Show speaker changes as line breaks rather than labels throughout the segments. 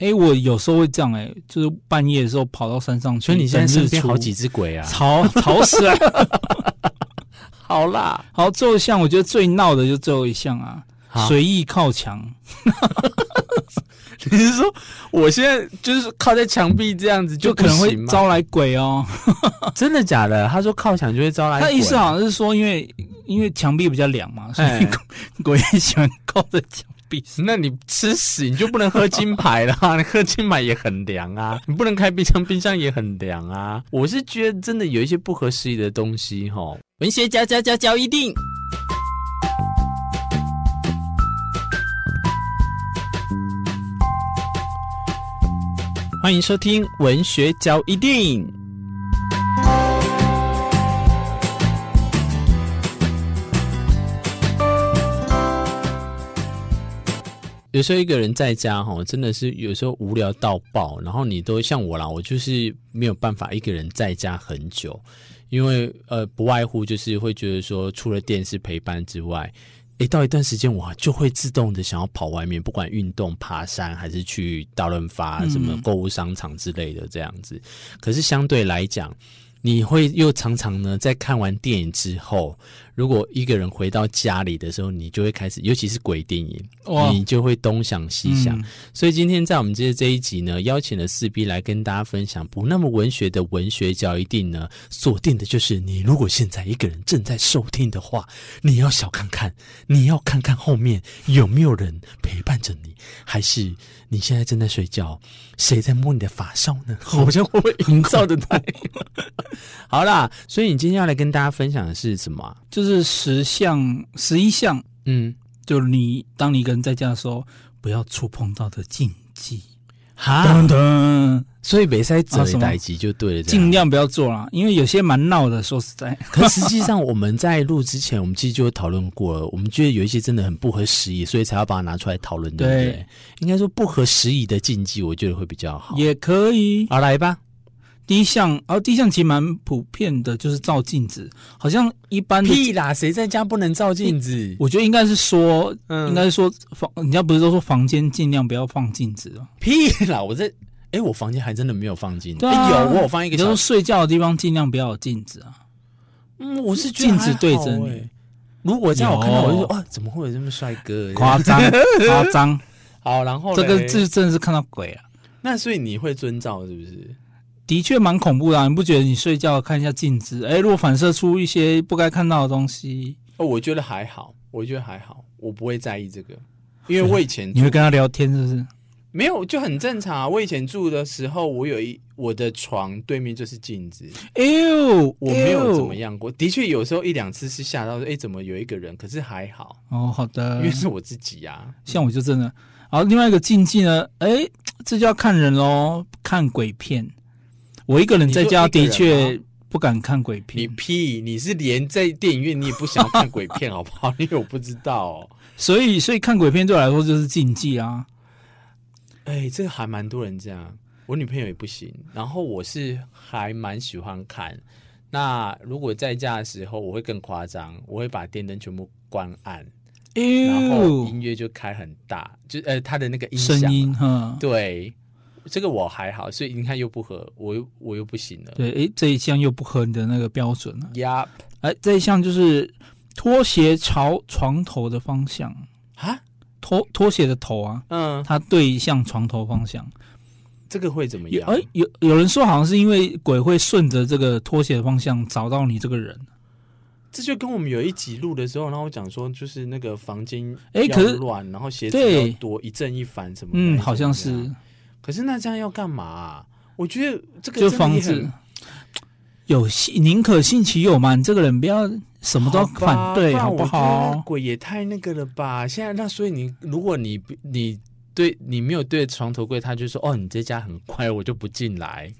哎、我有时候会这样、哎，就是半夜的时候跑到山上去，
所以你现在
等日
身边
出
好几只鬼啊！
吵吵死 了。
好啦，
好，最后一项我觉得最闹的就最后一项啊
好，
随意靠墙。
你是说我现在就是靠在墙壁这样子
就
就
可能
不
会
行吗
招来鬼哦。
真的假的？他说靠墙就会招来
他
鬼
意思好像是说，因为因为墙壁比较凉嘛，所
哎
以鬼喜欢靠着墙壁。
那你吃屎你就不能喝金牌了、 啊，你喝金牌也很凉啊，你不能开冰箱，冰箱也很凉啊。我是觉得真的有一些不合时宜的东西哈。文学家家家教一定。欢迎收听《文学交一定》。有时候一个人在家哈，真的是有时候无聊到爆，然后你都像我啦，我就是没有办法一个人在家很久，因为呃不外乎就是会觉得说，除了电视陪伴之外，诶，到一段时间我就会自动的想要跑外面，不管运动、爬山还是去大润发、啊
嗯
什么购物商场之类的这样子。可是相对来讲，你会又常常呢，在看完电影之后，如果一个人回到家里的时候，你就会开始，尤其是鬼电影，
哇
你就会东想西想。
嗯
所以今天在我们这这一集呢，邀请了四 B 来跟大家分享不那么文学的文学角一定呢，锁定的就是你如果现在一个人正在收听的话，你要小看看，你要看看后面有没有人陪伴着你，还是你现在正在睡觉，谁在摸你的发梢 呢？好像会不会营造的太好啦，所以你今天要来跟大家分享的是什么啊、
就是十项、十一项，
嗯，
就是你当你一个人在家的时候，不要触碰到的禁忌。
哈
等，等，
所以北塞只
啊什
为
么
代级就对了，这样
尽量不要做啦，因为有些蛮闹的。说实在，
可实际上，我们在录之前，我们其实就有讨论过了。我们觉得有一些真的很不合时宜，所以才要把它拿出来讨论，对不对？
对
应该说不合时宜的禁忌，我觉得会比较好。
也可以。
好，来吧。
第一项，而、第一项其实蛮普遍的，就是照镜子。好像一般的，
啦，谁在家不能照镜子？
我觉得应该是说，
嗯
应该是说房，人家不是都说房间尽量不要放镜子啊？
屁啦！我在，哎，我房间还真的没有放镜子。
对啊
诶有，我有放一
也
个
就是说。
小
睡觉的地方尽量不要有镜子 啊。
嗯，我是觉得
镜子对着你
还好诶。如果这样，我看到我就说，
有
哦，怎么会有这么帅哥？
夸张，夸 张，
好，然后
这个
嘞
这真的是看到鬼啊！
那所以你会遵照是不是？
的确蛮恐怖的、啊，你不觉得？你睡觉看一下镜子，哎，如果反射出一些不该看到的东西，
哦，我觉得还好，我觉得还好，我不会在意这个，因为我以前
你会跟他聊天是不是？
没有就很正常啊。我以前住的时候，我有一我的床对面就是镜子，
哎呦，
我没有怎么
哎呦。
样过。的确有时候一两次是吓到说，哎，怎么有一个人？可是还好，
哦，好的
因为，是我自己啊。
像我就真的。好，另外一个禁忌呢，哎，这就要看人喽，看鬼片。我一个人在家
你就一
的
个人吗
确不敢看鬼
你
片，
屁！你是连在电影院你也不想要看鬼片好不好？ 因为我不知道、哦。
所以所以看鬼片对我来说就是禁忌啊。
哎，这个还蛮多人这样，我女朋友也不行。然后我是还蛮喜欢看。那如果在家的时候，我会更夸张，我会把电灯全部关暗，
哎
然后啊
呦，
音乐就开很大，就呃它的那个音响啊
声音哈，
对，这个我还好，所以你看又不合，我又我又不行了。
对，哎，这一项又不合你的那个标准了。
呀
哎，这一项就是拖鞋朝床头的方向，
啊，
拖拖鞋的头啊，
嗯，
它对向床头方向。
这个会怎么
有
样
哎？、有有人说好像是因为鬼会顺着这个拖鞋的方向找到你这个人。
这就跟我们有一集录的时候，然后我讲说，就是那个房间
哎
要
可是
乱，然后鞋子
对
要多，一正一反什么的那一
嗯，
种
好像
这样
是，
可是那这样要干嘛啊、我觉得这个
就
真的
防
也
止
很
有信宁可信其有嘛，你这个人不要什么都
好吧
反对，
然
好
我
不
觉得那
好？
鬼也太那个了吧！现在那所以你如果你不你对你没有对床头柜，他就说哦你这家很乖，我就不进来，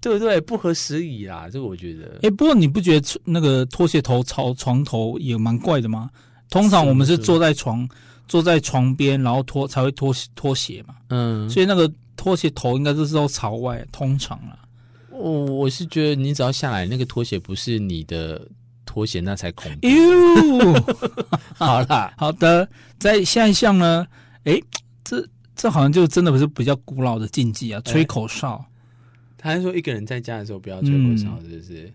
对不对？不合时宜啦，这个我觉得。
哎、不过你不觉得那个拖鞋头朝床头也蛮怪的吗？通常我们是
是是
坐在床坐在床边，然后拖才会拖拖鞋嘛。
嗯，所
所以那个拖鞋头应该都是都朝外，通常啦。
以我我是觉得你只要下来，那个拖鞋不是你的拖鞋，那才恐怖。
哟，
好啦，
啊好的，在下一项呢，诶，这这好像就真的不是比较古老的禁忌啊，
哎
吹口哨。
他还说一个人在家的时候不要吹口哨，
嗯
是不是？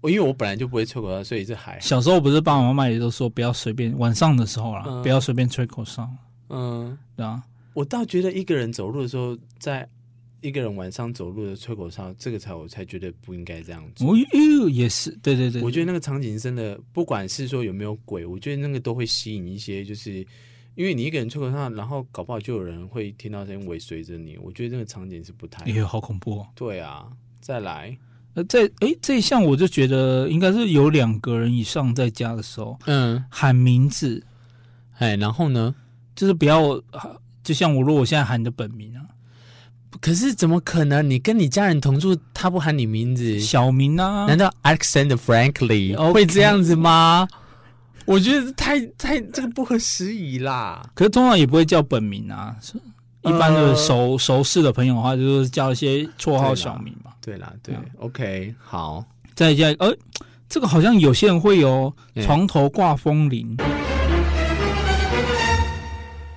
我因为我本来就不会吹口哨，所以这还好
小时候不是爸爸妈妈也都说不要随便晚上的时候啦，
嗯
不要随便吹口哨，
嗯，
对啊，
我倒觉得一个人走路的时候，在一个人晚上走路的吹口哨，这个才我才觉得不应该这样做。
哦哟也是，对对对，
我觉
得
得那个场景真的，不管是说有没有鬼，我觉得那个都会吸引一些，就是因为你一个人吹口哨，然后搞不好就有人会听到声音尾随着你。我觉得那个场景是不太
哎呦好恐怖哦。
对啊。再来，
呃，在哎这一项我就觉得应该是有两个人以上在家的时候
嗯，
喊名字，
哎，然后呢？
就是不要，啊就像我如果我现在喊你的本名啊，
可是怎么可能？你跟你家人同住，他不喊你名字，
小明啊，
难道 Alexander Frankly
OK
会这样子吗？我觉得太太这个不合时宜啦。
可是通常也不会叫本名啊，是一般的
呃
熟、熟识的朋友的话，就是叫一些绰
对
号
啦
小名嘛。
对啦，对、
嗯
o k 好，
再加呃，这个好像有些人会有
嗯
床头挂风铃，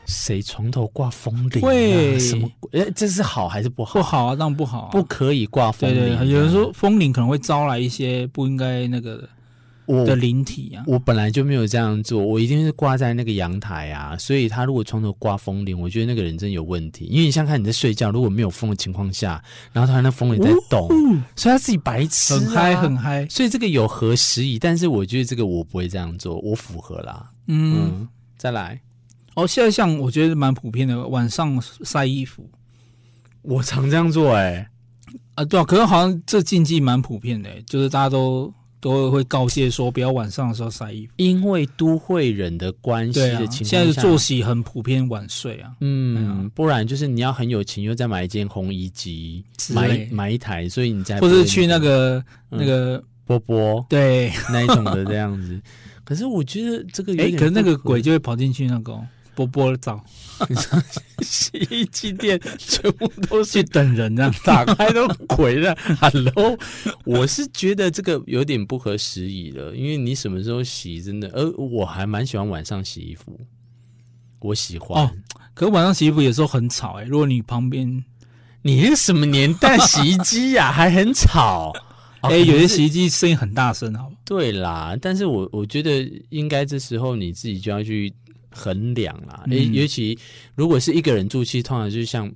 谁床头挂风铃、啊？
会
什么鬼？哎，这是好还是不好？
不好啊，当然不好、啊。
不可以挂风
对
铃、
对，有人，说风铃可能会招来一些不应该那个的
我
灵体啊。
我本来就没有这样做，我一定是挂在那个阳台啊。所以他如果床头挂风铃，我觉得那个人真有问题。因为你想想看你在睡觉，如果没有风的情况下，然后他那风铃在动，
哦
所以他自己白痴、啊，
很嗨很嗨，
所以这个有合时宜，但是我觉得这个我不会这样做，我符合啦。
嗯，
嗯，再来，
哦，下一项我觉得蛮普遍的，晚上晒衣服
我常这样做、哎，
啊，对啊，可是好像这禁忌蛮普遍的，就是大家都都会告诫说不要晚上的时候晒衣服。
因为都会人的关系
对啊
的，情况下，
现在的作息很普遍晚睡啊，
嗯，不然就是你要很有钱，又再买一件烘衣机，
之
买
类
一买一台，所以你才
或
不会
是去那个
嗯
那个
波波
对，
那一种的这样子。 可是我觉得这个有
哎，
点
可是那个
不合
鬼就会跑进去那个哦波波 澡
洗衣机店全部都
去
是
等人 这样。
打开都鬼了 ，Hello，我是觉得这个有点不合时宜了，因为你什么时候洗真的，呃，我还蛮喜欢晚上洗衣服，我喜欢。
哦可是晚上洗衣服有时候很吵哎、如果你旁边
你那个什么年代洗衣机呀、 还很吵。
哎、
哦
有些
可是
洗衣机声音很大声，好吧？
对啦，但是我我觉得应该这时候你自己就要去衡量啦，
嗯
尤、尤其如果是一个人住，其实通常就是像。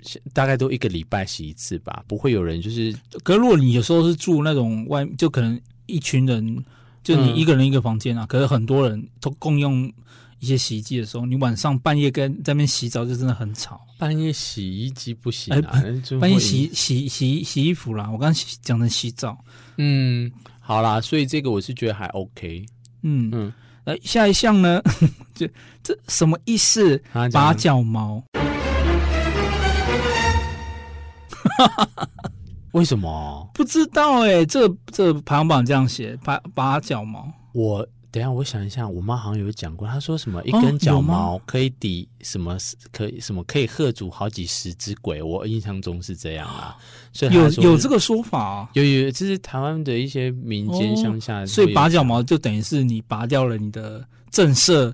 像大概都一个礼拜洗一次吧，不会有人就是
可是如果你有时候是住那种外，就可能一群人，就你
嗯
一个人一个房间啊，可是很多人都共用一些洗衣机的时候，你晚上半夜跟在那边洗澡就真的很吵。
半夜洗衣机不行
哎
啊，那就
半夜
会
洗洗洗洗衣服啦，我刚刚洗讲成洗澡，
嗯，好啦，所以这个我是觉得还 OK。
嗯
嗯，
来下一项呢， 就这什么意思？
他
拔
讲
脚毛，
为什么？
不知道哎、这这排行榜这样写，拔拔脚毛。
我等一下我想一下，我妈好像有讲过，她说什么一
哦
根
有
脚
吗
毛可以抵什么，可以什么可以喝足好几十只鬼，我印象中是这样啊。所以
有有这
个
个说法、啊，
有有，这是台湾的一些民
哦
间乡下会有，
所以拔脚毛就等于是你拔掉了你的震慑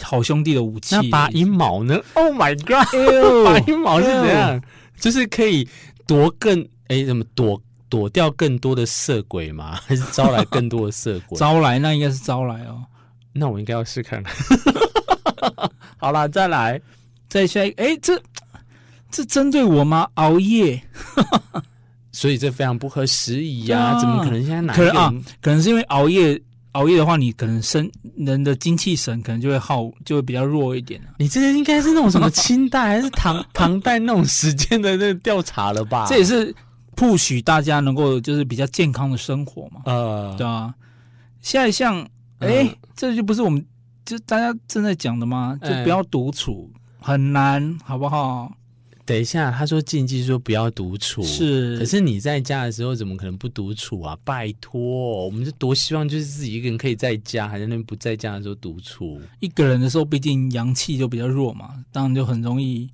好兄弟的武器。
那拔阴毛呢？Oh my god！
哎 呦
拔阴毛是怎样？哦就是可以夺更哎，怎么躲躲掉更多的色鬼吗？ 还是招来更多的色 鬼？
招来，那应该是招来哦。
那我应该要试看 看。好啦，再来。
再下一个，哎，这这针对我吗？熬夜，
所以这非常不合时宜
对
呀、
啊
怎么可能现在哪一
可
个
能啊
人，
可能是因为熬夜，熬夜的话，你可能身人的精气神可能就会耗，就会比较弱一点、啊
你这个应该是那种什么清代还是唐 唐代那种时间的那个调查了吧？
这也是不许大家能够就是比较健康的生活嘛，
呃，
对啊。下一项，哎、
嗯
这就不是我们就大家正在讲的吗？就
哎
不要独处，很难，好不好？
等一下，他说禁忌说不要独处，。
是，
可是你在家的时候怎么可能不独处啊？拜托，我们就多希望就是自己一个人可以在家，还在那边不在家的时候独处。
一个人的时候，毕竟阳气就比较弱嘛，当然就很容易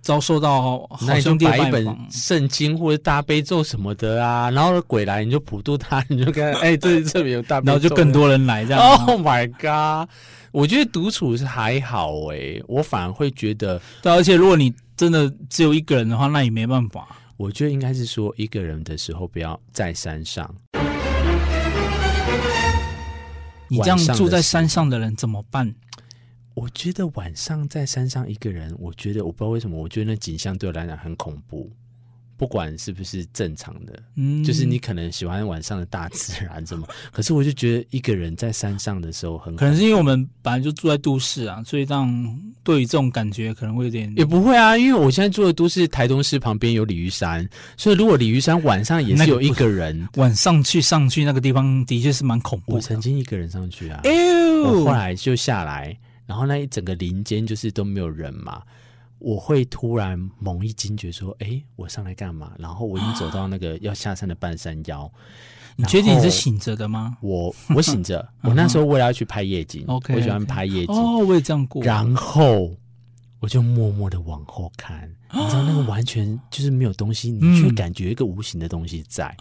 遭受到好
那你就
兄弟
摆一
拜
本
访，
圣经或者大悲咒什么的啊，然后鬼来你就普渡他，你就跟 他哎、这这里有大悲咒，
然后就更。多人来这样吗。
Oh my god！我觉得独处是还好诶、我反而会觉得，
对，啊而且如果你真的只有一个人的话，那也没办法。
我觉得应该是说一个人的时候不要在山上，
你这样
晚上的
住在
时
山上的人怎么办？
我觉得晚上在山上一个人，我觉得我不知道为什么，我觉得那景象对我来讲很恐怖，不管是不是正常的，
嗯，
就是你可能喜欢晚上的大自然什么，可是我就觉得一个人在山上的时候很
可能是因为我们本来就住在都市啊，所以让对于这种感觉可能会有点
也不会啊，因为我现在住的都是台东市旁边有鲤鱼山，所以如果鲤鱼山晚上也
那
是
个
有一个人，
晚上去上去那个地方的确是蛮恐怖
我曾
的。
经一个人上去啊，
哎
我
呦
后，来就下来，然后那一整个林间就是都没有人嘛，我会突然猛一惊觉说，哎，我上来干嘛？然后我已经走到那个要下山的半山腰，
你确定你是
然后
醒着的吗？
我我 醒着，我那时候为了要去拍夜景
嗯 OK，
我喜欢拍夜景，
哦，我也这样过。
然后我就默默的往后 看，你知道那个完全就是没有东西，你却
嗯
感觉一个无形的东西在。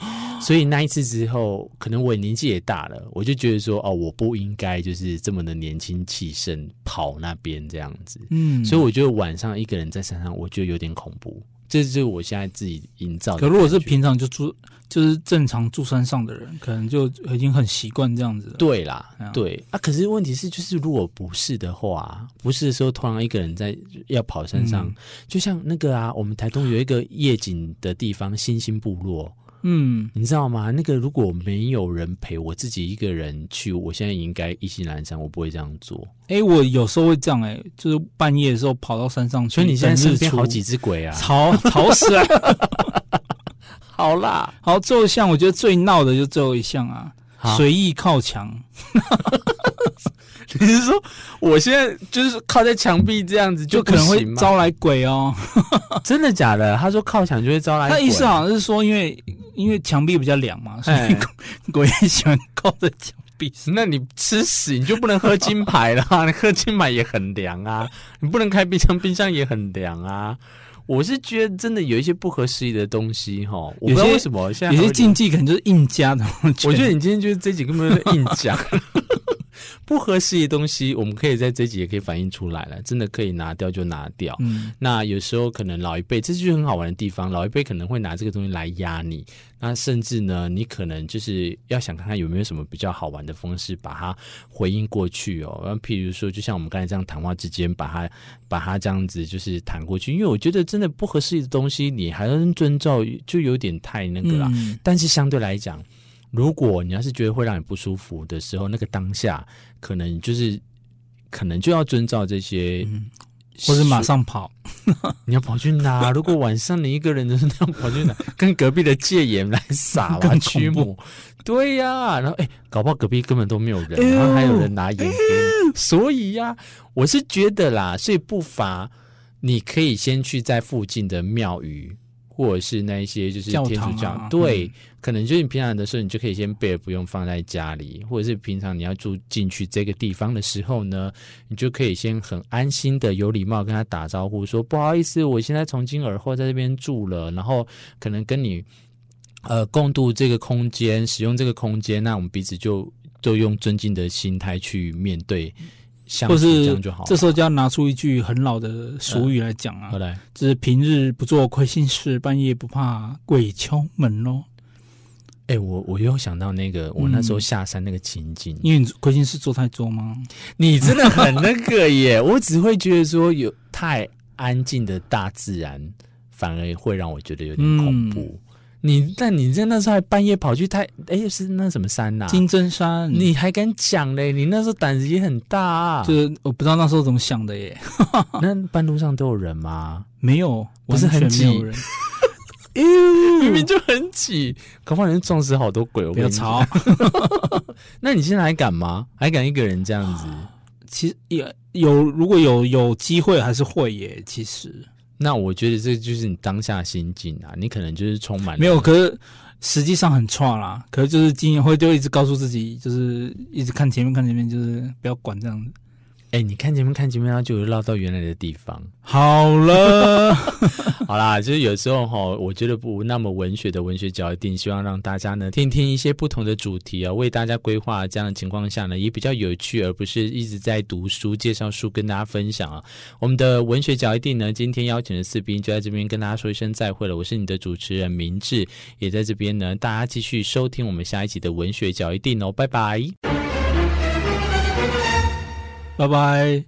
所以那一次之后，可能我年纪也大了，我就觉得说，哦，我不应该就是这么的年轻气盛跑那边这样子。
嗯，
所以我觉得晚上一个人在山上，我觉得有点恐怖。这就是我现在自己营造的
可
感觉。
如果是平常就住，就是正常住山上的人，可能就已经很习惯这样子了。
对啦
嗯，
对啊，可是问题是，就是如果不是的话，不是的时候，突然一个人在要跑山上，
嗯
就像那个啊，我们台东有一个夜景的地方——星星部落，
嗯，
你知道吗？那个如果没有人陪，我自己一个人去，我现在应该意兴阑珊，我不会这样做。
哎、我有时候会这样、哎，就是半夜的时候跑到山上去，
所以你现在
等日
身边
出
好几只鬼啊！
吵吵死了。
好啦，
啊 好，最后一项我觉得最闹的就最后一项啊，
好
随意靠墙。
你是说我现在就是靠在墙壁这样子
就可能会招来鬼哦。
真的假的？他说靠墙就会招来
他
鬼，
意思好像是说，因为因为墙壁比较凉嘛，所以
哎
鬼也喜欢靠在墙壁上。
那你吃屎你就不能喝金牌了、啊，你喝金牌也很凉啊，你不能开冰箱，冰箱也很凉啊。我是觉得真的有一些不合时宜的东西哈，我不知道
有些
为什么现在
有
还
些
会
禁忌可能就是硬加的，我觉
啊我觉
得
得你今天就是这集根本就在硬讲， 不合时宜的东西，我们可以在这集也可以反映出来了，真的可以拿掉就拿掉。
嗯，
那有时候可能老一辈，这就是很好玩的地方。老一辈可能会拿这个东西来压你，那甚至呢，你可能就是要想看看有没有什么比较好玩的方式把它回应过去哦。然后譬如说，就像我们刚才这样谈话之间，把它把它这样子就是谈过去，因为我觉得真的不合适的东西，你还能遵照，就有点太那个啦。
嗯
但是相对来讲，如果你要是觉得会让你不舒服的时候，那个当下可能就是可能就要遵照这些，
嗯或者马上跑，
你要跑去哪？如果晚上你一个人的时候，你要跑去哪？跟隔壁的戒严来撒
更
吧
恐
驱魔？对呀、然后哎、搞不好隔壁根本都没有人，啊
哎呦哎
然后还有人拿烟给你，所以呀、我是觉得啦，所以不乏你可以先去在附近的庙宇。或者是那一些就是
教
天主
堂
教，
啊
对，
嗯
可能就是你平常的时候，你就可以先备而不用放在家里，或者是平常你要住进去这个地方的时候呢，你就可以先很安心的、有礼貌地跟他打招呼，说不好意思，我现在从今而后在这边住了，然后可能跟你呃共度这个空间，使用这个空间，那我们彼此就就用尊敬的心态去面对相
或
处，
是
这样就好了。
这时候就要拿出一句很老的俗语来讲啊
好，来，
就是平日不做亏心事，半夜不怕鬼敲门咯。
哎、我我又想到那个我那时候
嗯
下山那个情景，
因为你亏心事做太多吗？
你真的很那个耶， 我只会觉得说有太安静的大自然，反而会让我觉得有点
嗯
恐怖。你但你在那时候还半夜跑去太哎、是那什么山呐、
金针山，
啊你还敢讲嘞？你那时候胆子也很大、啊
就。是我不知道那时候怎么想的耶。
那半路上都有人吗？
没有，
不是
完全
很挤
没有人。
明明就很挤，搞不好人撞死好多鬼。我
不要
跟你讲。
吵，
那你现在还敢吗？还敢一个人这样子？
其实也有，如果有有机会还是会耶。其实
那我觉得这就是你当下心境啊，你可能就是充满了
没有，可是实际上很差啦。可是就是今年会就一直告诉自己，就是一直看前面看前面，就是不要管这样子。
哎、哎，你看前面看前面，然后就绕到原来的地方。
好了，
好啦，就是有时候哈，我觉得不那么文学的文学角一定希望让大家呢听听一些不同的主题啊、为大家规划这样的情况下呢，也比较有趣，而不是一直在读书、介绍书跟大家分享啊。我们的文学角一定呢，今天邀请的四兵就在这边跟大家说一声再会了。我是你的主持人明志，也在这边呢，大家继续收听我们下一集的文学角一定哦，拜拜。
拜拜。